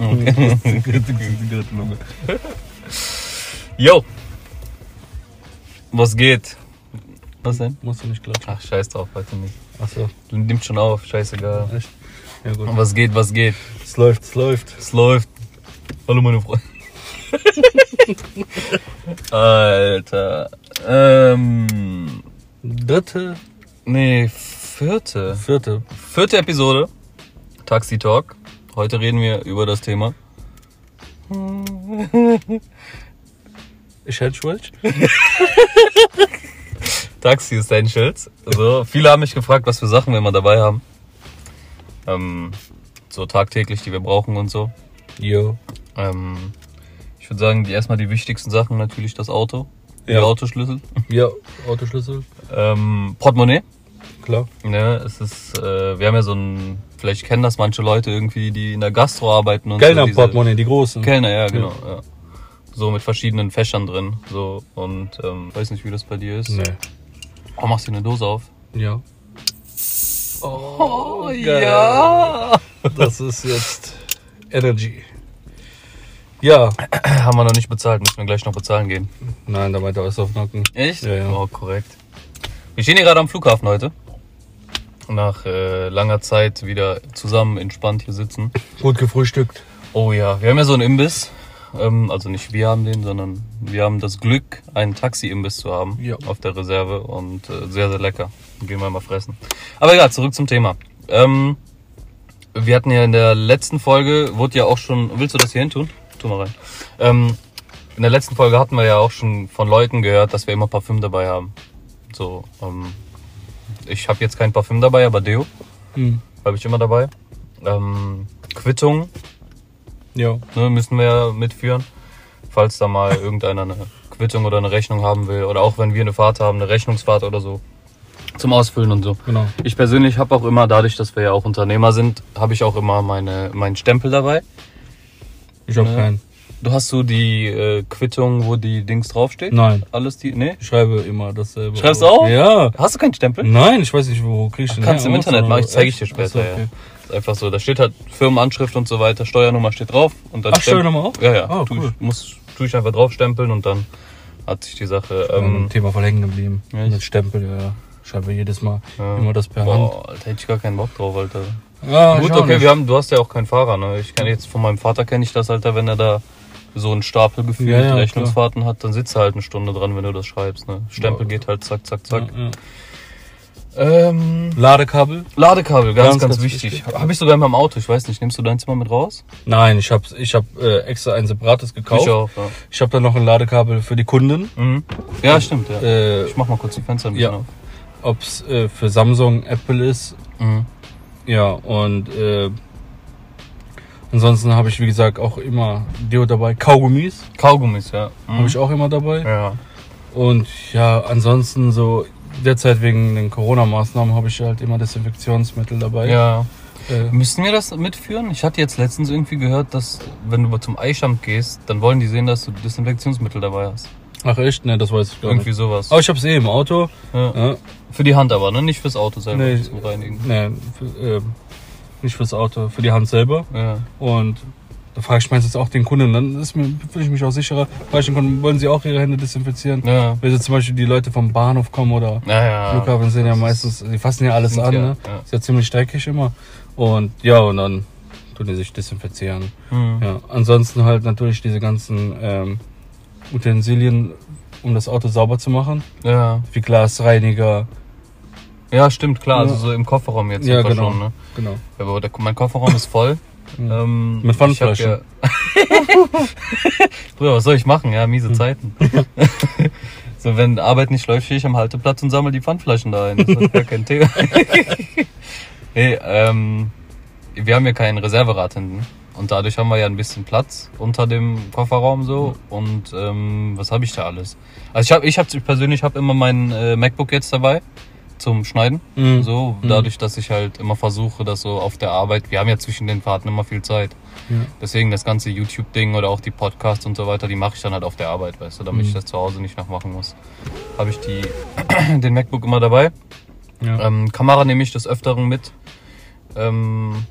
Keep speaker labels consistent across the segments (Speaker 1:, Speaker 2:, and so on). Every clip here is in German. Speaker 1: Okay. Gut, Lunge. Jo. Was geht? Was denn?
Speaker 2: Musst du nicht klatschen.
Speaker 1: Ach, scheiß drauf, heute nicht.
Speaker 2: Achso.
Speaker 1: Du nimmst schon auf, scheißegal.
Speaker 2: Echt? Ja gut.
Speaker 1: Was geht, was geht?
Speaker 2: Es läuft, es läuft.
Speaker 1: Es läuft. Hallo, meine Freunde. Alter. Ähm.
Speaker 2: Dritte,
Speaker 1: Nee, vierte.
Speaker 2: vierte.
Speaker 1: Vierte Episode. Taxi Talk. Heute reden wir über das Thema.
Speaker 2: Ich hätte Schwelch.
Speaker 1: Taxi Essentials. So, viele haben mich gefragt, was für Sachen wir immer dabei haben. Ähm, so tagtäglich, die wir brauchen und so.
Speaker 2: Jo.
Speaker 1: Ähm, ich würde sagen, die, erstmal die wichtigsten Sachen natürlich das Auto,
Speaker 2: Ja.
Speaker 1: der Autoschlüssel,
Speaker 2: Ja, Autoschlüssel.
Speaker 1: ähm, Portemonnaie.
Speaker 2: Klar.
Speaker 1: Ne, es ist, äh, wir haben ja so ein, vielleicht kennen das manche Leute irgendwie, die in der Gastro arbeiten und so.
Speaker 2: Kellner
Speaker 1: diese-
Speaker 2: Portemonnaie, die großen.
Speaker 1: Kellner, ja, genau. Ja. So mit verschiedenen Fächern drin. So und ähm, weiß nicht, wie das bei dir ist.
Speaker 2: nee.
Speaker 1: Oh, machst du eine Dose auf?
Speaker 2: Ja.
Speaker 1: Oh
Speaker 2: geil.
Speaker 1: ja!
Speaker 2: Das ist jetzt Energy. Ja.
Speaker 1: Haben wir noch nicht bezahlt, müssen wir gleich noch bezahlen gehen.
Speaker 2: Nein, da meint er alles auf Nacken.
Speaker 1: Echt?
Speaker 2: Ja, ja.
Speaker 1: Oh, korrekt. Wir stehen hier gerade am Flughafen heute. Nach äh, langer Zeit wieder zusammen entspannt hier sitzen.
Speaker 2: Gut gefrühstückt.
Speaker 1: Oh ja, wir haben ja so einen Imbiss. Ähm, also nicht wir haben den, sondern wir haben das Glück, einen Taxi-Imbiss zu haben
Speaker 2: Ja.
Speaker 1: auf der Reserve und äh, sehr, sehr lecker. Gehen wir mal fressen. Aber egal, zurück zum Thema. Ähm, wir hatten ja in der letzten Folge, wurde ja auch schon, willst du das hier hin tun? Tu mal rein. Ähm, in der letzten Folge hatten wir ja auch schon von Leuten gehört, dass wir immer Parfüm dabei haben. So, ähm, ich habe jetzt kein Parfüm dabei, aber Deo
Speaker 2: Mhm.
Speaker 1: habe ich immer dabei. Ähm, Quittung
Speaker 2: Ja.
Speaker 1: ne, müssen wir ja mitführen. Falls da mal irgendeiner eine Quittung oder eine Rechnung haben will. Oder auch wenn wir eine Fahrt haben, eine Rechnungsfahrt oder so. Zum Ausfüllen und so.
Speaker 2: Genau.
Speaker 1: Ich persönlich habe auch immer, dadurch, dass wir ja auch Unternehmer sind, habe ich auch immer meine, meinen Stempel dabei.
Speaker 2: Ich hab
Speaker 1: Ja.
Speaker 2: keinen.
Speaker 1: Du hast so die äh, Quittung, wo die Dings draufsteht?
Speaker 2: Nein.
Speaker 1: Alles die. Nee?
Speaker 2: Ich schreibe immer dasselbe.
Speaker 1: Schreibst
Speaker 2: auf.
Speaker 1: du auch?
Speaker 2: Ja.
Speaker 1: Hast du keinen Stempel?
Speaker 2: Nein, ich weiß nicht, wo krieg ich den
Speaker 1: Kannst
Speaker 2: her?
Speaker 1: im Internet
Speaker 2: Amazon
Speaker 1: machen,
Speaker 2: oder-
Speaker 1: ich zeige ich dir
Speaker 2: also Echt?
Speaker 1: später.
Speaker 2: Achso, okay.
Speaker 1: ja. Ist einfach so. Da steht halt Firmenanschrift und so weiter, Steuernummer steht drauf und dann
Speaker 2: Ach,
Speaker 1: Stempel-
Speaker 2: Steuernummer auch?
Speaker 1: Ja, ja.
Speaker 2: Ah,
Speaker 1: tu,
Speaker 2: cool.
Speaker 1: ich, muss, tu ich einfach draufstempeln und dann hat sich die Sache.
Speaker 2: Ähm,
Speaker 1: Ähm,
Speaker 2: Thema voll hängen geblieben.
Speaker 1: Echt?
Speaker 2: Mit Stempel, ja. Oh. Schreibe jedes Mal
Speaker 1: ja.
Speaker 2: immer das per
Speaker 1: Boah, Alter, hätte ich gar keinen Bock drauf, Alter.
Speaker 2: Hand. Ja,
Speaker 1: Gut,
Speaker 2: ich auch
Speaker 1: okay,
Speaker 2: nicht.
Speaker 1: wir haben, du hast ja auch keinen Fahrer, ne? Ich kann jetzt von meinem Vater kenne ich das, Alter, wenn er da so einen Stapel gefühlt
Speaker 2: Ja, ja,
Speaker 1: Rechnungsfahrten hat, dann sitzt er halt eine Stunde dran, wenn du das schreibst, ne? Stempel geht halt zack, zack, zack.
Speaker 2: Ja, ja.
Speaker 1: Ähm,
Speaker 2: Ladekabel?
Speaker 1: Ladekabel, ganz,
Speaker 2: Ganz,
Speaker 1: ganz,
Speaker 2: ganz
Speaker 1: wichtig.
Speaker 2: wichtig.
Speaker 1: Hab Habe ich sogar in meinem Auto, ich weiß nicht, nimmst du dein Zimmer mit raus?
Speaker 2: Nein, ich habe ich hab, äh, extra ein separates gekauft.
Speaker 1: Ich auch, ja.
Speaker 2: Ich habe dann noch ein Ladekabel für die Kunden.
Speaker 1: Mhm. Ja, stimmt, ja.
Speaker 2: Äh,
Speaker 1: Ich mach mal kurz die Fenster ein bisschen
Speaker 2: ja,
Speaker 1: auf.
Speaker 2: ob es äh, für Samsung, Apple ist.
Speaker 1: Mhm.
Speaker 2: Ja, und äh, ansonsten habe ich, wie gesagt, auch immer Deo dabei. Kaugummis
Speaker 1: Kaugummis, ja. Mhm.
Speaker 2: habe ich auch immer dabei.
Speaker 1: Ja.
Speaker 2: Und ja, ansonsten so derzeit wegen den Corona-Maßnahmen habe ich halt immer Desinfektionsmittel dabei.
Speaker 1: ja.
Speaker 2: Äh,
Speaker 1: Müssen wir das mitführen? Ich hatte jetzt letztens irgendwie gehört, dass wenn du zum Eischamp gehst, dann wollen die sehen, dass du Desinfektionsmittel dabei hast.
Speaker 2: ach echt? Ne, das weiß ich gar
Speaker 1: Irgendwie
Speaker 2: nicht.
Speaker 1: sowas.
Speaker 2: Aber ich habe es eh im Auto.
Speaker 1: Ja.
Speaker 2: Ja,
Speaker 1: Für die Hand aber, ne? Nicht fürs Auto selber
Speaker 2: Nee.
Speaker 1: zum Reinigen.
Speaker 2: ne, für, äh, nicht fürs Auto, für die Hand selber.
Speaker 1: Ja.
Speaker 2: Und da frage ich meistens auch den Kunden, dann ist mir, fühle ich mich auch sicherer. Frage ich den Kunden, wollen sie auch ihre Hände desinfizieren?
Speaker 1: Ja.
Speaker 2: Wenn sie zum Beispiel die Leute vom Bahnhof kommen oder
Speaker 1: Naja.
Speaker 2: Flughafen sind ja meistens, die fassen ja alles
Speaker 1: Sind
Speaker 2: an,
Speaker 1: ja,
Speaker 2: ne?
Speaker 1: ja.
Speaker 2: Ist ja ziemlich dreckig immer. Und ja, und dann tun die sich desinfizieren.
Speaker 1: Hm.
Speaker 2: Ja, ansonsten halt natürlich diese ganzen ähm, Utensilien, um das Auto sauber zu machen,
Speaker 1: Ja.
Speaker 2: wie Glasreiniger.
Speaker 1: ja, stimmt, klar. Also
Speaker 2: Ja.
Speaker 1: so im Kofferraum jetzt
Speaker 2: Ja,
Speaker 1: einfach
Speaker 2: genau.
Speaker 1: schon, ne?
Speaker 2: Genau.
Speaker 1: Ja, Aber der, mein Kofferraum ist voll. Ähm,
Speaker 2: Mit Pfandflaschen.
Speaker 1: ich hab ja- Bruder, was soll ich machen? Ja,
Speaker 2: Hm.
Speaker 1: miese Zeiten. so, wenn Arbeit nicht läuft, stehe ich am Halteplatz und sammle die Pfandflaschen da ein. Das ist gar kein Thema. hey, ähm, wir haben hier keinen Reserverad hinten. Und dadurch haben wir ja ein bisschen Platz unter dem Kofferraum so.
Speaker 2: Hm.
Speaker 1: Und ähm, was habe ich da alles? Also ich habe, ich hab, ich persönlich habe immer mein äh, MacBook jetzt dabei zum Schneiden.
Speaker 2: Mhm.
Speaker 1: So, dadurch, dass ich halt immer versuche, dass so auf der Arbeit, wir haben ja zwischen den Fahrten immer viel Zeit.
Speaker 2: Ja.
Speaker 1: Deswegen das ganze YouTube-Ding oder auch die Podcasts und so weiter, die mache ich dann halt auf der Arbeit, weißt du, damit
Speaker 2: Mhm.
Speaker 1: ich das zu Hause nicht noch machen muss. Habe ich die, den MacBook immer dabei.
Speaker 2: Ja.
Speaker 1: Ähm, Kamera nehme ich des Öfteren mit. Ähm,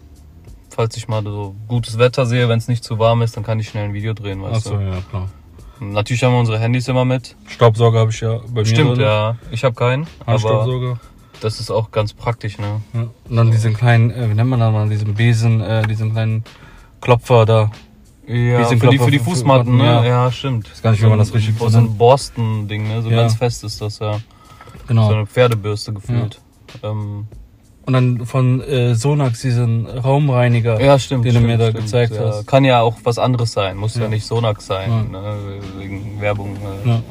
Speaker 1: falls ich mal so gutes Wetter sehe, wenn es nicht zu warm ist, dann kann ich schnell ein Video drehen, weißt
Speaker 2: Achso, Also, ja, klar.
Speaker 1: du. Natürlich haben wir unsere Handys immer mit.
Speaker 2: Staubsauger habe ich ja bei mir. ne?
Speaker 1: Stimmt,
Speaker 2: drin.
Speaker 1: ja. Ich habe keinen, aber
Speaker 2: Handstaubsauger.
Speaker 1: das ist auch ganz praktisch, ne?
Speaker 2: Ja. Und dann diesen kleinen, äh, wie nennt man das mal, diesen Besen, äh, diesen kleinen Klopfer da.
Speaker 1: Ja,
Speaker 2: Bisschen
Speaker 1: für die,
Speaker 2: Klopfer
Speaker 1: für die
Speaker 2: für-
Speaker 1: Fußmatten, ne?
Speaker 2: ja.
Speaker 1: Ja, stimmt.
Speaker 2: weiß gar nicht, wie man das richtig
Speaker 1: So ein Borsten-Ding, ne? So
Speaker 2: Ja.
Speaker 1: ganz fest ist das, ja. So
Speaker 2: Genau.
Speaker 1: eine Pferdebürste gefühlt. Ja, ähm,
Speaker 2: Und dann von äh, Sonax diesen Raumreiniger.
Speaker 1: ja stimmt.
Speaker 2: Den du
Speaker 1: stimmt,
Speaker 2: mir da
Speaker 1: stimmt,
Speaker 2: gezeigt
Speaker 1: ja.
Speaker 2: hast.
Speaker 1: Kann ja auch was anderes sein, muss ja,
Speaker 2: Ja.
Speaker 1: nicht Sonax sein, ne? Wegen Werbung, äh,
Speaker 2: Ja.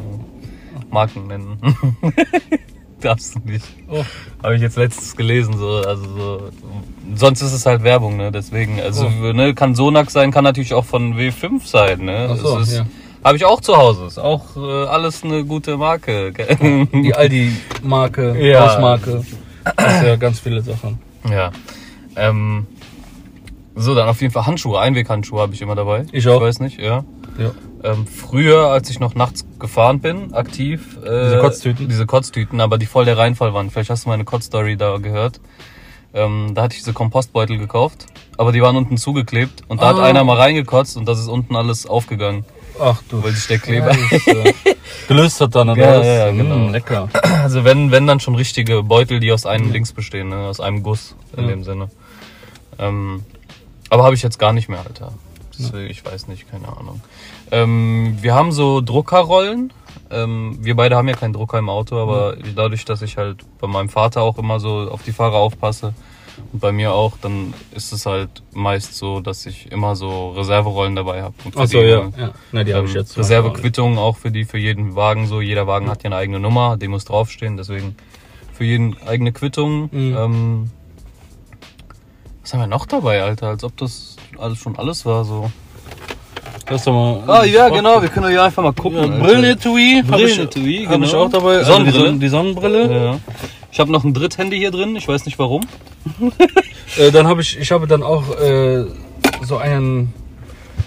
Speaker 1: Marken nennen. Darfst du nicht.
Speaker 2: Oh,
Speaker 1: Habe ich jetzt letztens gelesen, so, also so. Sonst ist es halt Werbung, ne? Deswegen, also
Speaker 2: Oh.
Speaker 1: ne, kann Sonax sein, kann natürlich auch von W5 sein, ne?
Speaker 2: Ach so,
Speaker 1: es ist,
Speaker 2: ja.
Speaker 1: Habe ich auch zu Hause. Ist auch äh, alles eine gute Marke. gell?
Speaker 2: die Aldi-Marke,
Speaker 1: Ja.
Speaker 2: Hausmarke. Das ist ja ganz viele Sachen.
Speaker 1: ja. Ähm, so, dann auf jeden Fall Handschuhe, Einweghandschuhe habe ich immer dabei.
Speaker 2: Ich auch.
Speaker 1: Ich weiß nicht, ja.
Speaker 2: Ja.
Speaker 1: Ähm, früher, als ich noch nachts gefahren bin, aktiv. Äh,
Speaker 2: Diese Kotztüten?
Speaker 1: Diese Kotztüten, aber die voll der Reinfall waren. Vielleicht hast du meine Kotzstory da gehört. Ähm, da hatte ich diese Kompostbeutel gekauft, aber die waren unten zugeklebt und da hat
Speaker 2: Ah.
Speaker 1: einer mal reingekotzt und das ist unten alles aufgegangen,
Speaker 2: Ach du.
Speaker 1: weil sich der Kleber.
Speaker 2: Scheiße. Gelöst hat dann, oder?
Speaker 1: Ja, ja, ja,
Speaker 2: Mm,
Speaker 1: genau.
Speaker 2: lecker.
Speaker 1: Also wenn, wenn dann schon richtige Beutel, die aus einem Dings bestehen, ne? aus einem Guss in
Speaker 2: Ja.
Speaker 1: dem Sinne. Ähm, aber habe ich jetzt gar nicht mehr, Alter. Das, Ich weiß nicht, keine Ahnung. Ähm, wir haben so Druckerrollen. Ähm, wir beide haben ja keinen Drucker im Auto, aber dadurch, dass ich halt bei meinem Vater auch immer so auf die Fahrer aufpasse und bei mir auch, dann ist es halt meist so, dass ich immer so Reserverollen dabei habe. Und für
Speaker 2: Achso,
Speaker 1: die,
Speaker 2: ja.
Speaker 1: ne,
Speaker 2: ja. Na, die habe ich
Speaker 1: ähm,
Speaker 2: jetzt.
Speaker 1: Reservequittungen auch für die, für jeden Wagen so. Jeder Wagen hat ja eine eigene Nummer, die muss draufstehen, deswegen für jeden eigene Quittung.
Speaker 2: Mhm.
Speaker 1: Ähm, was haben wir noch dabei, Alter? Als ob das alles schon alles war so.
Speaker 2: Lass doch mal.
Speaker 1: Ah ja, genau, wir können ja einfach mal gucken.
Speaker 2: Ja, Brillenetui habe ich,
Speaker 1: Brillenetui,
Speaker 2: hab ich
Speaker 1: genau.
Speaker 2: auch dabei. Also
Speaker 1: Sonnenbrille.
Speaker 2: die Son- die Sonnenbrille.
Speaker 1: Ja. Ich habe noch ein Dritthandy hier drin, ich weiß nicht warum.
Speaker 2: Äh, dann habe ich, ich habe dann auch äh, so einen,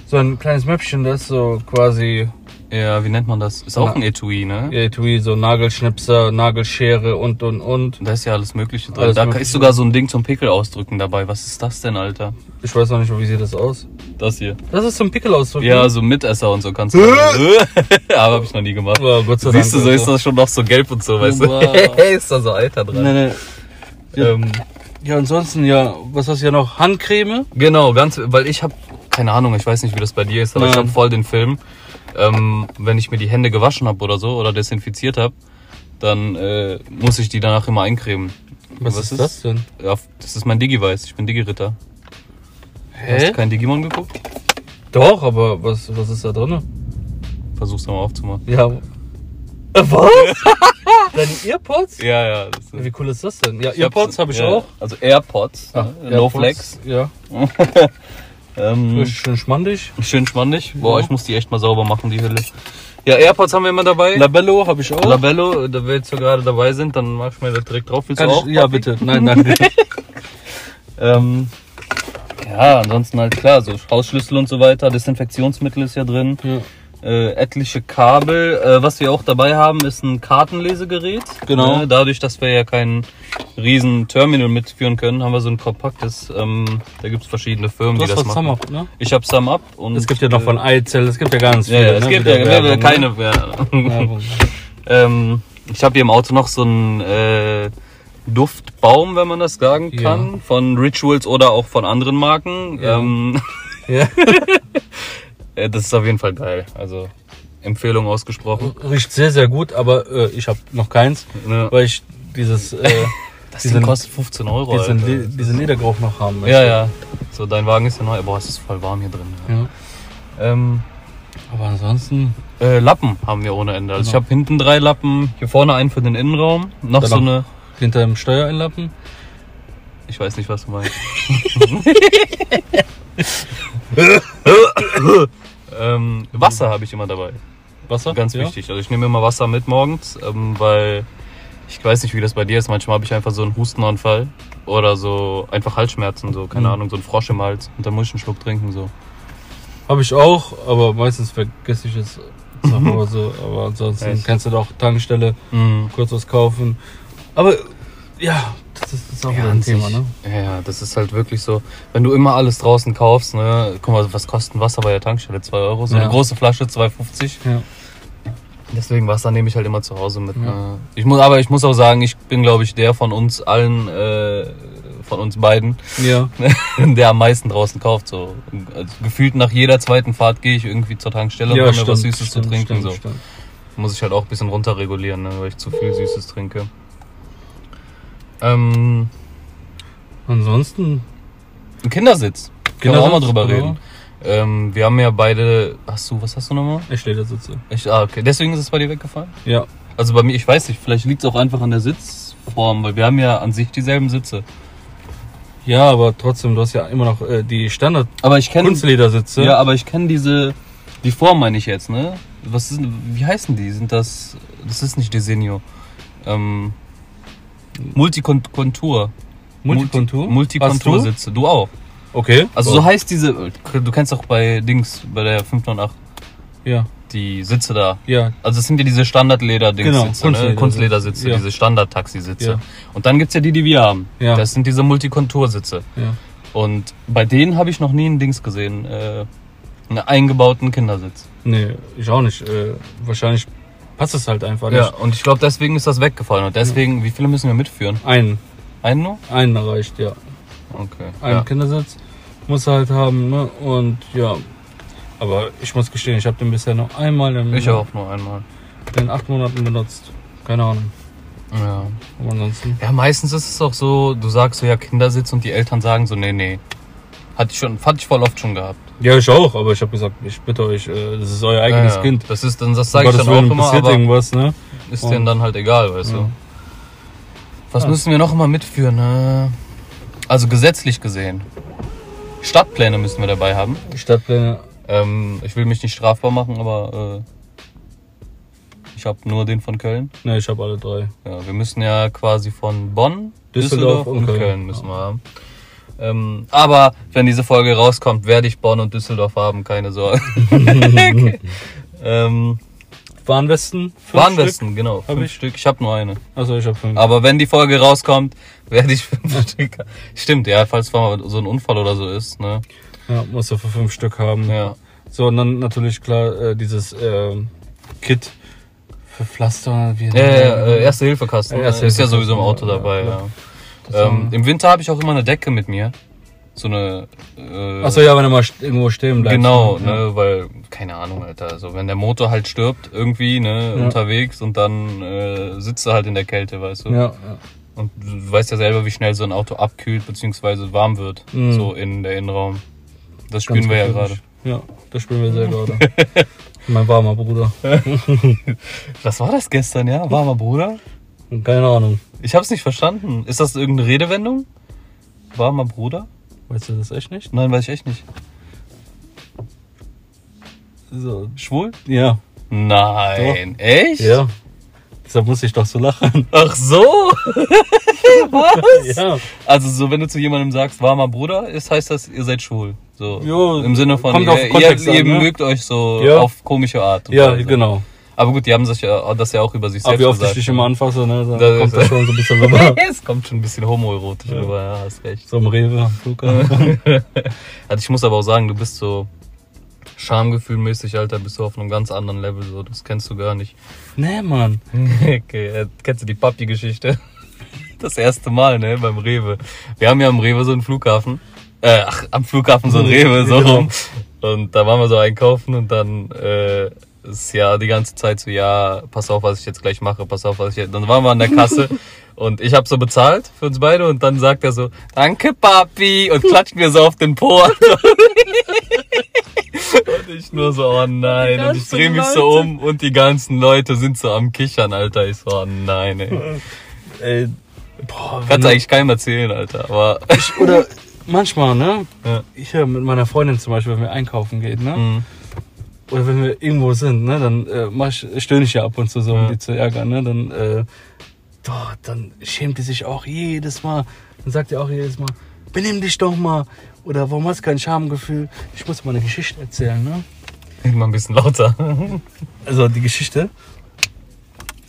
Speaker 2: so ein kleines Mäppchen, das so quasi
Speaker 1: Ja, wie nennt man das? Ist auch
Speaker 2: Na.
Speaker 1: ein Etui, ne?
Speaker 2: äh, Etui, so Nagelschnipser, Nagelschere und und und.
Speaker 1: Da ist ja alles Mögliche drin.
Speaker 2: Alles
Speaker 1: da
Speaker 2: Mögliche.
Speaker 1: ist sogar so ein Ding zum Pickel ausdrücken dabei. Was ist das denn, Alter?
Speaker 2: Ich weiß noch nicht, wie sieht das aus.
Speaker 1: Das hier.
Speaker 2: Das ist zum Pickel ausdrücken.
Speaker 1: Ja, so Mitesser und so kannst du. Aber habe ich noch nie gemacht.
Speaker 2: Oh, Gott sei Dank.
Speaker 1: Siehst du, so Oh, ist das schon noch so gelb und so, weißt
Speaker 2: Wow.
Speaker 1: du? ist da so Alter dran.
Speaker 2: Nee, nee.
Speaker 1: Ähm,
Speaker 2: Ja, ansonsten ja, was hast du ja noch? Handcreme?
Speaker 1: genau, ganz, weil ich habe keine Ahnung, ich weiß nicht, wie das bei dir ist, aber ich
Speaker 2: Nein.
Speaker 1: habe voll den Film, ähm, wenn ich mir die Hände gewaschen habe oder so oder desinfiziert habe, dann äh, muss ich die danach immer eincremen.
Speaker 2: denn?
Speaker 1: Ja, das ist mein Digi-Weiß, ich bin Digi-Ritter. Hast
Speaker 2: Hä?
Speaker 1: du kein Digimon geguckt?
Speaker 2: Doch, aber was, was ist da drin?
Speaker 1: Versuch's nochmal aufzumachen.
Speaker 2: Ja. Äh, was? Deine Earpods?
Speaker 1: Ja, ja. Das ist,
Speaker 2: Wie cool ist das denn? Ja, Earpods habe ich
Speaker 1: ja,
Speaker 2: auch.
Speaker 1: Also AirPods,
Speaker 2: Ja,
Speaker 1: ne? No Flex.
Speaker 2: Ja.
Speaker 1: Ähm,
Speaker 2: Ist schön schmandig.
Speaker 1: schön schmandig. Boah,
Speaker 2: Ja.
Speaker 1: ich muss die echt mal sauber machen, die Hülle. Ja, AirPods haben wir immer dabei.
Speaker 2: Labello habe ich auch.
Speaker 1: Labello, da wir jetzt so gerade dabei sind, dann mach ich mir das direkt drauf. Willst
Speaker 2: Kann
Speaker 1: du
Speaker 2: ich,
Speaker 1: auch?
Speaker 2: ja,
Speaker 1: Papi?
Speaker 2: bitte. Nein, danke.
Speaker 1: Ähm, ja, ansonsten halt klar, so Hausschlüssel und so weiter, Desinfektionsmittel ist ja drin,
Speaker 2: ja,
Speaker 1: äh, etliche Kabel. Äh, was wir auch dabei haben, ist ein Kartenlesegerät.
Speaker 2: Genau.
Speaker 1: Ne? Dadurch, dass wir ja keinen riesen Terminal mitführen können, haben wir so ein kompaktes. Ähm, da gibt's verschiedene Firmen,
Speaker 2: du
Speaker 1: die
Speaker 2: hast
Speaker 1: das
Speaker 2: was
Speaker 1: machen.
Speaker 2: Summer, ne?
Speaker 1: Ich habe Sum Up und
Speaker 2: Es gibt ja noch
Speaker 1: äh,
Speaker 2: von Eizell, es gibt ja ganz
Speaker 1: Ja,
Speaker 2: viele.
Speaker 1: ja, es
Speaker 2: ne?
Speaker 1: gibt
Speaker 2: Wieder
Speaker 1: ja
Speaker 2: Werbung,
Speaker 1: keine Werbung.
Speaker 2: ne? Werbung.
Speaker 1: Ähm, ich habe hier im Auto noch so einen äh, Duftbaum, wenn man das sagen
Speaker 2: Ja.
Speaker 1: kann, von Rituals oder auch von anderen Marken.
Speaker 2: Ja.
Speaker 1: Ähm,
Speaker 2: Ja.
Speaker 1: äh, das ist auf jeden Fall geil. Also Empfehlung ausgesprochen.
Speaker 2: Riecht sehr, sehr gut, aber äh, ich habe noch keins,
Speaker 1: Ja.
Speaker 2: Oh. weil ich dieses, äh,
Speaker 1: Das
Speaker 2: diesen,
Speaker 1: Ding kostet 15 Euro.
Speaker 2: diesen,
Speaker 1: Alter.
Speaker 2: Le- diesen Ledergeruch noch haben möchte.
Speaker 1: ja, ja. So, dein Wagen ist ja neu. Boah, es ist voll warm hier drin.
Speaker 2: ja.
Speaker 1: Ähm,
Speaker 2: Aber ansonsten,
Speaker 1: äh, Lappen haben wir ohne Ende. Also ich
Speaker 2: Genau.
Speaker 1: habe hinten drei Lappen, hier vorne einen für den Innenraum, noch
Speaker 2: Dann
Speaker 1: so
Speaker 2: noch-
Speaker 1: eine
Speaker 2: hinter dem Steuer einlappen.
Speaker 1: Ich weiß nicht, was du meinst. ähm, Wasser habe ich immer dabei.
Speaker 2: Wasser?
Speaker 1: Ganz
Speaker 2: ja.
Speaker 1: wichtig. Also ich nehme immer Wasser mit morgens, ähm, weil ich weiß nicht, wie das bei dir ist. Manchmal habe ich einfach so einen Hustenanfall oder so einfach Halsschmerzen, so keine
Speaker 2: Mhm.
Speaker 1: Ahnung, so ein Frosch im Hals und dann muss ich einen Schluck trinken so.
Speaker 2: Habe ich auch, aber meistens vergesse ich es. Sag mal so, aber ansonsten
Speaker 1: Echt?
Speaker 2: Mhm. kannst du doch Tankstelle kurz was kaufen. Aber ja, Das ist, das ist auch wieder ein Thema, ne?
Speaker 1: Ja, das ist halt wirklich so. Wenn du immer alles draußen kaufst, ne, guck mal, was kostet ein Wasser bei der Tankstelle? 2 Euro, so
Speaker 2: Ja.
Speaker 1: eine große Flasche, 2,50.
Speaker 2: Ja.
Speaker 1: Deswegen Wasser nehme ich halt immer zu Hause mit.
Speaker 2: Ja.
Speaker 1: Ne? Ich muss, aber ich muss auch sagen, ich bin, glaube ich, der von uns allen, äh, von uns beiden,
Speaker 2: ja.
Speaker 1: der am meisten draußen kauft. So also, gefühlt nach jeder zweiten Fahrt gehe ich irgendwie zur Tankstelle und hol mir was Süßes zu trinken. so
Speaker 2: stimmt.
Speaker 1: muss ich halt auch ein bisschen runterregulieren, ne, weil ich zu viel Süßes trinke. Ähm,
Speaker 2: Ansonsten,
Speaker 1: ein Kindersitz. Können wir auch mal
Speaker 2: Kindersitz,
Speaker 1: drüber
Speaker 2: genau.
Speaker 1: reden. Ähm, wir haben ja beide. Hast du, was hast du nochmal?
Speaker 2: ich stehe da sitze.
Speaker 1: Ich, ah, okay. Deswegen ist es bei dir weggefallen?
Speaker 2: Ja.
Speaker 1: Also bei mir, ich weiß nicht, vielleicht liegt es auch einfach an der Sitzform, weil wir haben ja an sich dieselben Sitze.
Speaker 2: Ja, aber trotzdem, du hast ja immer noch äh, die Standard
Speaker 1: Aber ich kenne.
Speaker 2: Kunstledersitze.
Speaker 1: Ja, aber ich kenne diese. Die Form meine ich jetzt, ne? Was ist, wie heißen die? Sind das. Das ist nicht Desenio. Ähm, Multikontur.
Speaker 2: Multikontur? Hm? Hast
Speaker 1: Multikontur-Sitze. Du auch.
Speaker 2: du? Okay. Oh,
Speaker 1: Also so heißt diese. Du kennst auch bei Dings, bei der 508,
Speaker 2: Ja,
Speaker 1: die Sitze da.
Speaker 2: ja.
Speaker 1: Also es sind ja diese Standardleder-Dings,
Speaker 2: Genau,
Speaker 1: Sitze, ne?
Speaker 2: Kunstleder-
Speaker 1: Kunstledersitze,
Speaker 2: ja.
Speaker 1: diese Standard-Taxisitze.
Speaker 2: Ja.
Speaker 1: Und dann gibt's ja die, die wir haben.
Speaker 2: Ja.
Speaker 1: Das sind diese Multikontursitze.
Speaker 2: ja.
Speaker 1: Und bei denen habe ich noch nie ein Dings gesehen. Äh, einen eingebauten Kindersitz.
Speaker 2: Nee, ich auch nicht. Äh, wahrscheinlich passt es halt einfach
Speaker 1: Ja,
Speaker 2: nicht.
Speaker 1: und ich glaube, deswegen ist das weggefallen. Und deswegen, wie viele müssen wir mitführen?
Speaker 2: Einen,
Speaker 1: Einen nur?
Speaker 2: einen erreicht, ja.
Speaker 1: Okay.
Speaker 2: Einen
Speaker 1: Ja.
Speaker 2: Kindersitz muss er halt haben, ne? Und ja. Aber ich muss gestehen, ich habe den bisher noch einmal in,
Speaker 1: Ich auch nur einmal.
Speaker 2: in acht Monaten benutzt. Keine Ahnung.
Speaker 1: Ja.
Speaker 2: Aber ansonsten.
Speaker 1: ja, meistens ist es auch so, du sagst so, ja, Kindersitz und die Eltern sagen so, nee, nee. Hatte ich, schon, hatte ich voll oft schon gehabt.
Speaker 2: Ja, ich auch, aber ich habe gesagt, ich bitte euch, äh, das ist euer eigenes
Speaker 1: Ja, ja.
Speaker 2: Kind.
Speaker 1: Das ist dann, das sage ich
Speaker 2: Gottes
Speaker 1: dann auch
Speaker 2: Willen,
Speaker 1: immer,
Speaker 2: passiert
Speaker 1: aber
Speaker 2: irgendwas, ne?
Speaker 1: ist
Speaker 2: Und-
Speaker 1: denen dann halt egal, weißt
Speaker 2: Ja.
Speaker 1: du. Was
Speaker 2: Ja.
Speaker 1: müssen wir noch mal mitführen? ne? Also gesetzlich gesehen. Stadtpläne müssen wir dabei haben.
Speaker 2: Stadtpläne.
Speaker 1: Ähm, ich will mich nicht strafbar machen, aber äh, ich habe nur den von Köln.
Speaker 2: Ne, ich habe alle drei.
Speaker 1: Ja, wir müssen ja quasi von Bonn,
Speaker 2: Düsseldorf
Speaker 1: Düsseldorf,
Speaker 2: und
Speaker 1: und Köln,
Speaker 2: Köln
Speaker 1: müssen wir haben. Ähm, aber wenn diese Folge rauskommt, werde ich Bonn und Düsseldorf haben, keine Sorge. ähm,
Speaker 2: Warnwesten? fünf
Speaker 1: Warnwesten, genau.
Speaker 2: hab
Speaker 1: Fünf
Speaker 2: ich.
Speaker 1: Stück. Ich habe nur eine.
Speaker 2: Stück. Achso, ich habe fünf.
Speaker 1: Aber wenn die Folge rauskommt, werde ich fünf Stück. Stimmt, ja, falls mal so ein Unfall oder so ist, ne?
Speaker 2: Ja, musst du für fünf Stück haben.
Speaker 1: Ja.
Speaker 2: So, und dann natürlich klar äh, dieses ähm, Kit für Pflaster. Wie
Speaker 1: Ja, ja, ja, äh, erste Hilfekasten.
Speaker 2: Ja,
Speaker 1: Ja,
Speaker 2: Erste
Speaker 1: ist ja
Speaker 2: Hilfekasten,
Speaker 1: sowieso im Auto
Speaker 2: ja,
Speaker 1: dabei,
Speaker 2: ja.
Speaker 1: ja.
Speaker 2: Das,
Speaker 1: Ähm,
Speaker 2: ähm,
Speaker 1: Im Winter habe ich auch immer eine Decke mit mir. So eine. Äh,
Speaker 2: Achso, ja, wenn du mal st- irgendwo stehen bleibst.
Speaker 1: Genau,
Speaker 2: Ja.
Speaker 1: ne, weil, keine Ahnung, Alter. Also, wenn der Motor halt stirbt, irgendwie, ne,
Speaker 2: Ja.
Speaker 1: unterwegs und dann äh, sitzt er halt in der Kälte, weißt du.
Speaker 2: Ja, ja.
Speaker 1: Und du weißt ja selber, wie schnell so ein Auto abkühlt bzw. warm wird,
Speaker 2: Mhm.
Speaker 1: so in der Innenraum. Das spüren wir ja gerade.
Speaker 2: gefährlich. Ja, das spielen wir sehr gerade. mein warmer Bruder.
Speaker 1: Was war das gestern, ja? Warmer Bruder?
Speaker 2: Keine Ahnung.
Speaker 1: Ich hab's nicht verstanden. Ist das irgendeine Redewendung? Warmer Bruder?
Speaker 2: Weißt du das echt nicht?
Speaker 1: Nein, weiß ich echt nicht.
Speaker 2: So.
Speaker 1: Schwul?
Speaker 2: Ja.
Speaker 1: Nein. Echt?
Speaker 2: Ja. Deshalb muss ich doch so lachen.
Speaker 1: Ach so. Was?
Speaker 2: Ja.
Speaker 1: Also so, wenn du zu jemandem sagst, warmer Bruder, ist, heißt das, ihr seid schwul. So.
Speaker 2: Jo,
Speaker 1: Im Sinne von,
Speaker 2: kommt
Speaker 1: ihr,
Speaker 2: auf den Kontext
Speaker 1: ihr,
Speaker 2: an,
Speaker 1: ihr
Speaker 2: ne?
Speaker 1: mögt euch so
Speaker 2: Ja.
Speaker 1: auf komische Art. und
Speaker 2: Ja,
Speaker 1: Weise.
Speaker 2: genau.
Speaker 1: Aber gut, die haben sich ja, das ja auch über sich
Speaker 2: Aber
Speaker 1: selbst
Speaker 2: wie oft ich
Speaker 1: Also, gesagt.
Speaker 2: dich immer anfasse, ne, dann
Speaker 1: Das
Speaker 2: kommt
Speaker 1: ist-
Speaker 2: das schon so ein bisschen rüber.
Speaker 1: es kommt schon ein bisschen homoerotisch rüber, ja, hast recht.
Speaker 2: So im Rewe, am Flughafen.
Speaker 1: Also ich muss aber auch sagen, du bist so schamgefühlmäßig, Alter, bist du auf einem ganz anderen Level. So, das kennst du gar nicht.
Speaker 2: Nee, Mann.
Speaker 1: Okay, äh, kennst du die Papi-Geschichte? Das erste Mal, ne, beim Rewe. Wir haben ja am Rewe so einen Flughafen. Äh, ach, am Flughafen so ein Rewe, so
Speaker 2: Genau.
Speaker 1: rum. Und da waren wir so einkaufen und dann äh, ist ja die ganze Zeit so, ja, pass auf, was ich jetzt gleich mache, pass auf, was ich jetzt... Dann waren wir an der Kasse und ich habe so bezahlt für uns beide und dann sagt er so, danke Papi und klatscht mir so auf den Po. Alter. und ich nur so, oh nein. Und ich
Speaker 2: ganzen
Speaker 1: drehe mich so
Speaker 2: Leute.
Speaker 1: um und die ganzen Leute sind so am Kichern, Alter. Ich so, oh nein, ey.
Speaker 2: Ey, boah,
Speaker 1: Kannst
Speaker 2: wenn-
Speaker 1: eigentlich keinem erzählen, Alter. Aber
Speaker 2: ich, oder manchmal, ne?
Speaker 1: Ja.
Speaker 2: Ich ja, mit meiner Freundin zum Beispiel, wenn wir einkaufen gehen, ne?
Speaker 1: Mhm.
Speaker 2: Oder wenn wir irgendwo sind, ne? Dann äh, mach ich, stöhne ich ja ab und zu so, um
Speaker 1: Ja.
Speaker 2: die zu ärgern, ne? Dann, äh, doch, dann schämt die sich auch jedes Mal. Dann sagt ihr auch jedes Mal, benimm dich doch mal. Oder warum hast du kein Schamgefühl? Ich muss mal eine Geschichte erzählen, ne?
Speaker 1: immer ein bisschen lauter.
Speaker 2: Also die Geschichte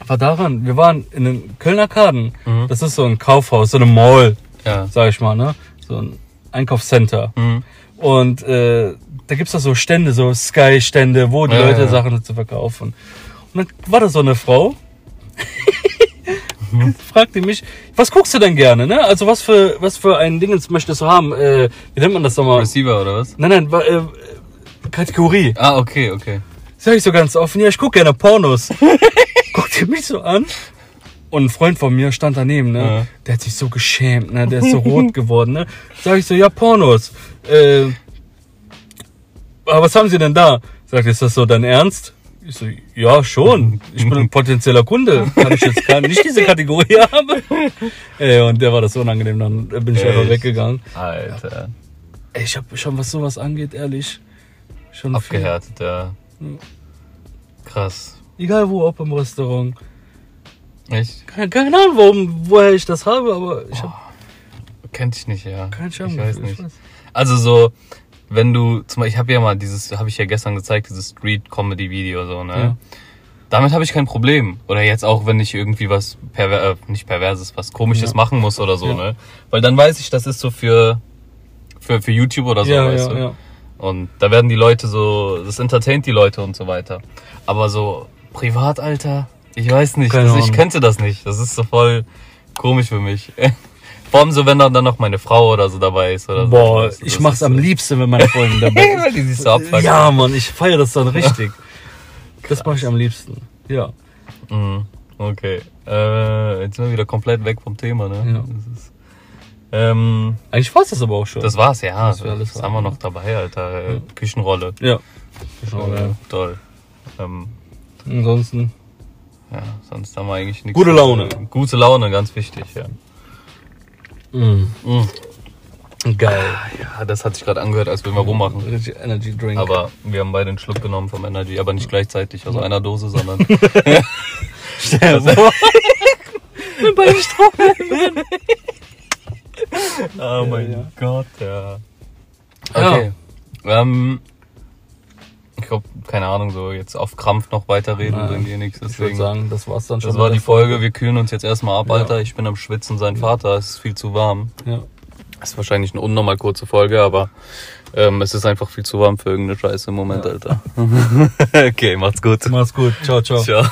Speaker 2: war daran, wir waren in den Kölner Kaden.
Speaker 1: Mhm.
Speaker 2: Das ist so ein Kaufhaus, so eine Mall,
Speaker 1: Ja.
Speaker 2: sag ich mal, ne? So ein Einkaufscenter.
Speaker 1: Mhm.
Speaker 2: Und äh, da gibt's da so Stände, so Sky-Stände, wo die
Speaker 1: Ja,
Speaker 2: Leute
Speaker 1: ja.
Speaker 2: Sachen zu verkaufen. Und dann war da so eine Frau,
Speaker 1: Mhm.
Speaker 2: fragte mich, was guckst du denn gerne, ne? Also was für was für ein Dingens möchtest du haben? Äh, wie nennt man das nochmal?
Speaker 1: Receiver oder was?
Speaker 2: Nein, nein, wa- äh, Kategorie.
Speaker 1: Ah, okay, okay.
Speaker 2: Sag ich so ganz offen, ja, ich guck gerne Pornos. Guckt ihr mich so an? Und ein Freund von mir stand daneben, ne?
Speaker 1: Ja.
Speaker 2: Der hat sich so geschämt, ne? Der ist so rot geworden, ne? Sag ich so, ja, Pornos. Äh, aber was haben sie denn da? Sagt, ist das so dein Ernst? Ich so, ja, schon. Ich bin ein potenzieller Kunde. Kann ich jetzt gar nicht diese Kategorie haben? Ey, und der war das so unangenehm, dann bin ich einfach
Speaker 1: Echt?
Speaker 2: weggegangen.
Speaker 1: Alter.
Speaker 2: Ey, ich habe schon, was sowas angeht, ehrlich, schon viel-
Speaker 1: Abgehärtet, ja.
Speaker 2: Hm.
Speaker 1: Krass.
Speaker 2: Egal wo, ob im Restaurant.
Speaker 1: Echt?
Speaker 2: Keine, keine Ahnung, warum, woher ich das habe, aber ich habe
Speaker 1: Kennt ich nicht, ja.
Speaker 2: keinen Schirm.
Speaker 1: Ich weiß nicht. Also so, wenn du, zum Beispiel, ich habe ja mal dieses, habe ich ja gestern gezeigt, dieses Street-Comedy-Video so, ne?
Speaker 2: Ja.
Speaker 1: Damit habe ich kein Problem. Oder jetzt auch, wenn ich irgendwie was perver äh, nicht perverses, was komisches
Speaker 2: Ja.
Speaker 1: machen muss oder so,
Speaker 2: Ja.
Speaker 1: ne? Weil dann weiß ich, das ist so für, für, für YouTube oder so,
Speaker 2: Ja,
Speaker 1: Also, weißt
Speaker 2: ja,
Speaker 1: du?
Speaker 2: ja.
Speaker 1: Und da werden die Leute so, das entertaint die Leute und so weiter. Aber so privat, Alter, ich weiß nicht,
Speaker 2: Keine
Speaker 1: das, ich
Speaker 2: Ahnung.
Speaker 1: könnte das nicht. Das ist so voll komisch für mich. Vor allem so, wenn dann dann noch meine Frau oder so dabei ist oder so.
Speaker 2: Boah,
Speaker 1: weißt du,
Speaker 2: ich
Speaker 1: das
Speaker 2: mach's
Speaker 1: ist
Speaker 2: am
Speaker 1: so-
Speaker 2: liebsten, wenn meine Freundin dabei
Speaker 1: Weil die sich so
Speaker 2: ist.
Speaker 1: abfuckt.
Speaker 2: Ja, Mann, ich feiere das dann richtig. das mache ich am liebsten. Ja.
Speaker 1: Mhm. Okay. Äh, jetzt sind wir wieder komplett weg vom Thema, ne?
Speaker 2: Ja.
Speaker 1: Das, ist, ähm,
Speaker 2: Eigentlich war's das aber auch schon.
Speaker 1: das war's, ja.
Speaker 2: Das
Speaker 1: Das,
Speaker 2: wär alles
Speaker 1: haben wir noch dabei, Alter. Äh, Küchenrolle.
Speaker 2: ja. Schon, ja.
Speaker 1: Toll. Ähm,
Speaker 2: Ansonsten.
Speaker 1: Ja, sonst haben wir eigentlich nichts.
Speaker 2: Gute Laune.
Speaker 1: Gute Laune, ganz wichtig, ja. Mm.
Speaker 2: Geil.
Speaker 1: Ja, das hat sich gerade angehört, als würden wir rummachen.
Speaker 2: Richtig Energy Drink.
Speaker 1: Aber wir haben beide einen Schluck genommen vom Energy, aber nicht gleichzeitig aus einer Dose, sondern.
Speaker 2: Stell dir vor. Wenn beide Strom.
Speaker 1: oh mein
Speaker 2: Ja, ja.
Speaker 1: Gott, ja. Okay. Ähm, ich glaube, keine Ahnung, so jetzt auf Krampf noch weiterreden
Speaker 2: Nein,
Speaker 1: bringt ihr nichts.
Speaker 2: Ich würde
Speaker 1: Deswegen,
Speaker 2: sagen, das war's dann schon.
Speaker 1: das war die
Speaker 2: mit
Speaker 1: Folge. Wir kühlen uns jetzt erstmal ab,
Speaker 2: Ja.
Speaker 1: Alter. Ich bin am Schwitzen, sein Vater. Es ist viel zu warm.
Speaker 2: der- Ja.
Speaker 1: Ist wahrscheinlich eine unnormal kurze Folge, aber ähm, es ist einfach viel zu warm für irgendeine Scheiße im Moment, Alter. okay, macht's gut.
Speaker 2: Mach's gut. Ciao, ciao.
Speaker 1: Ciao.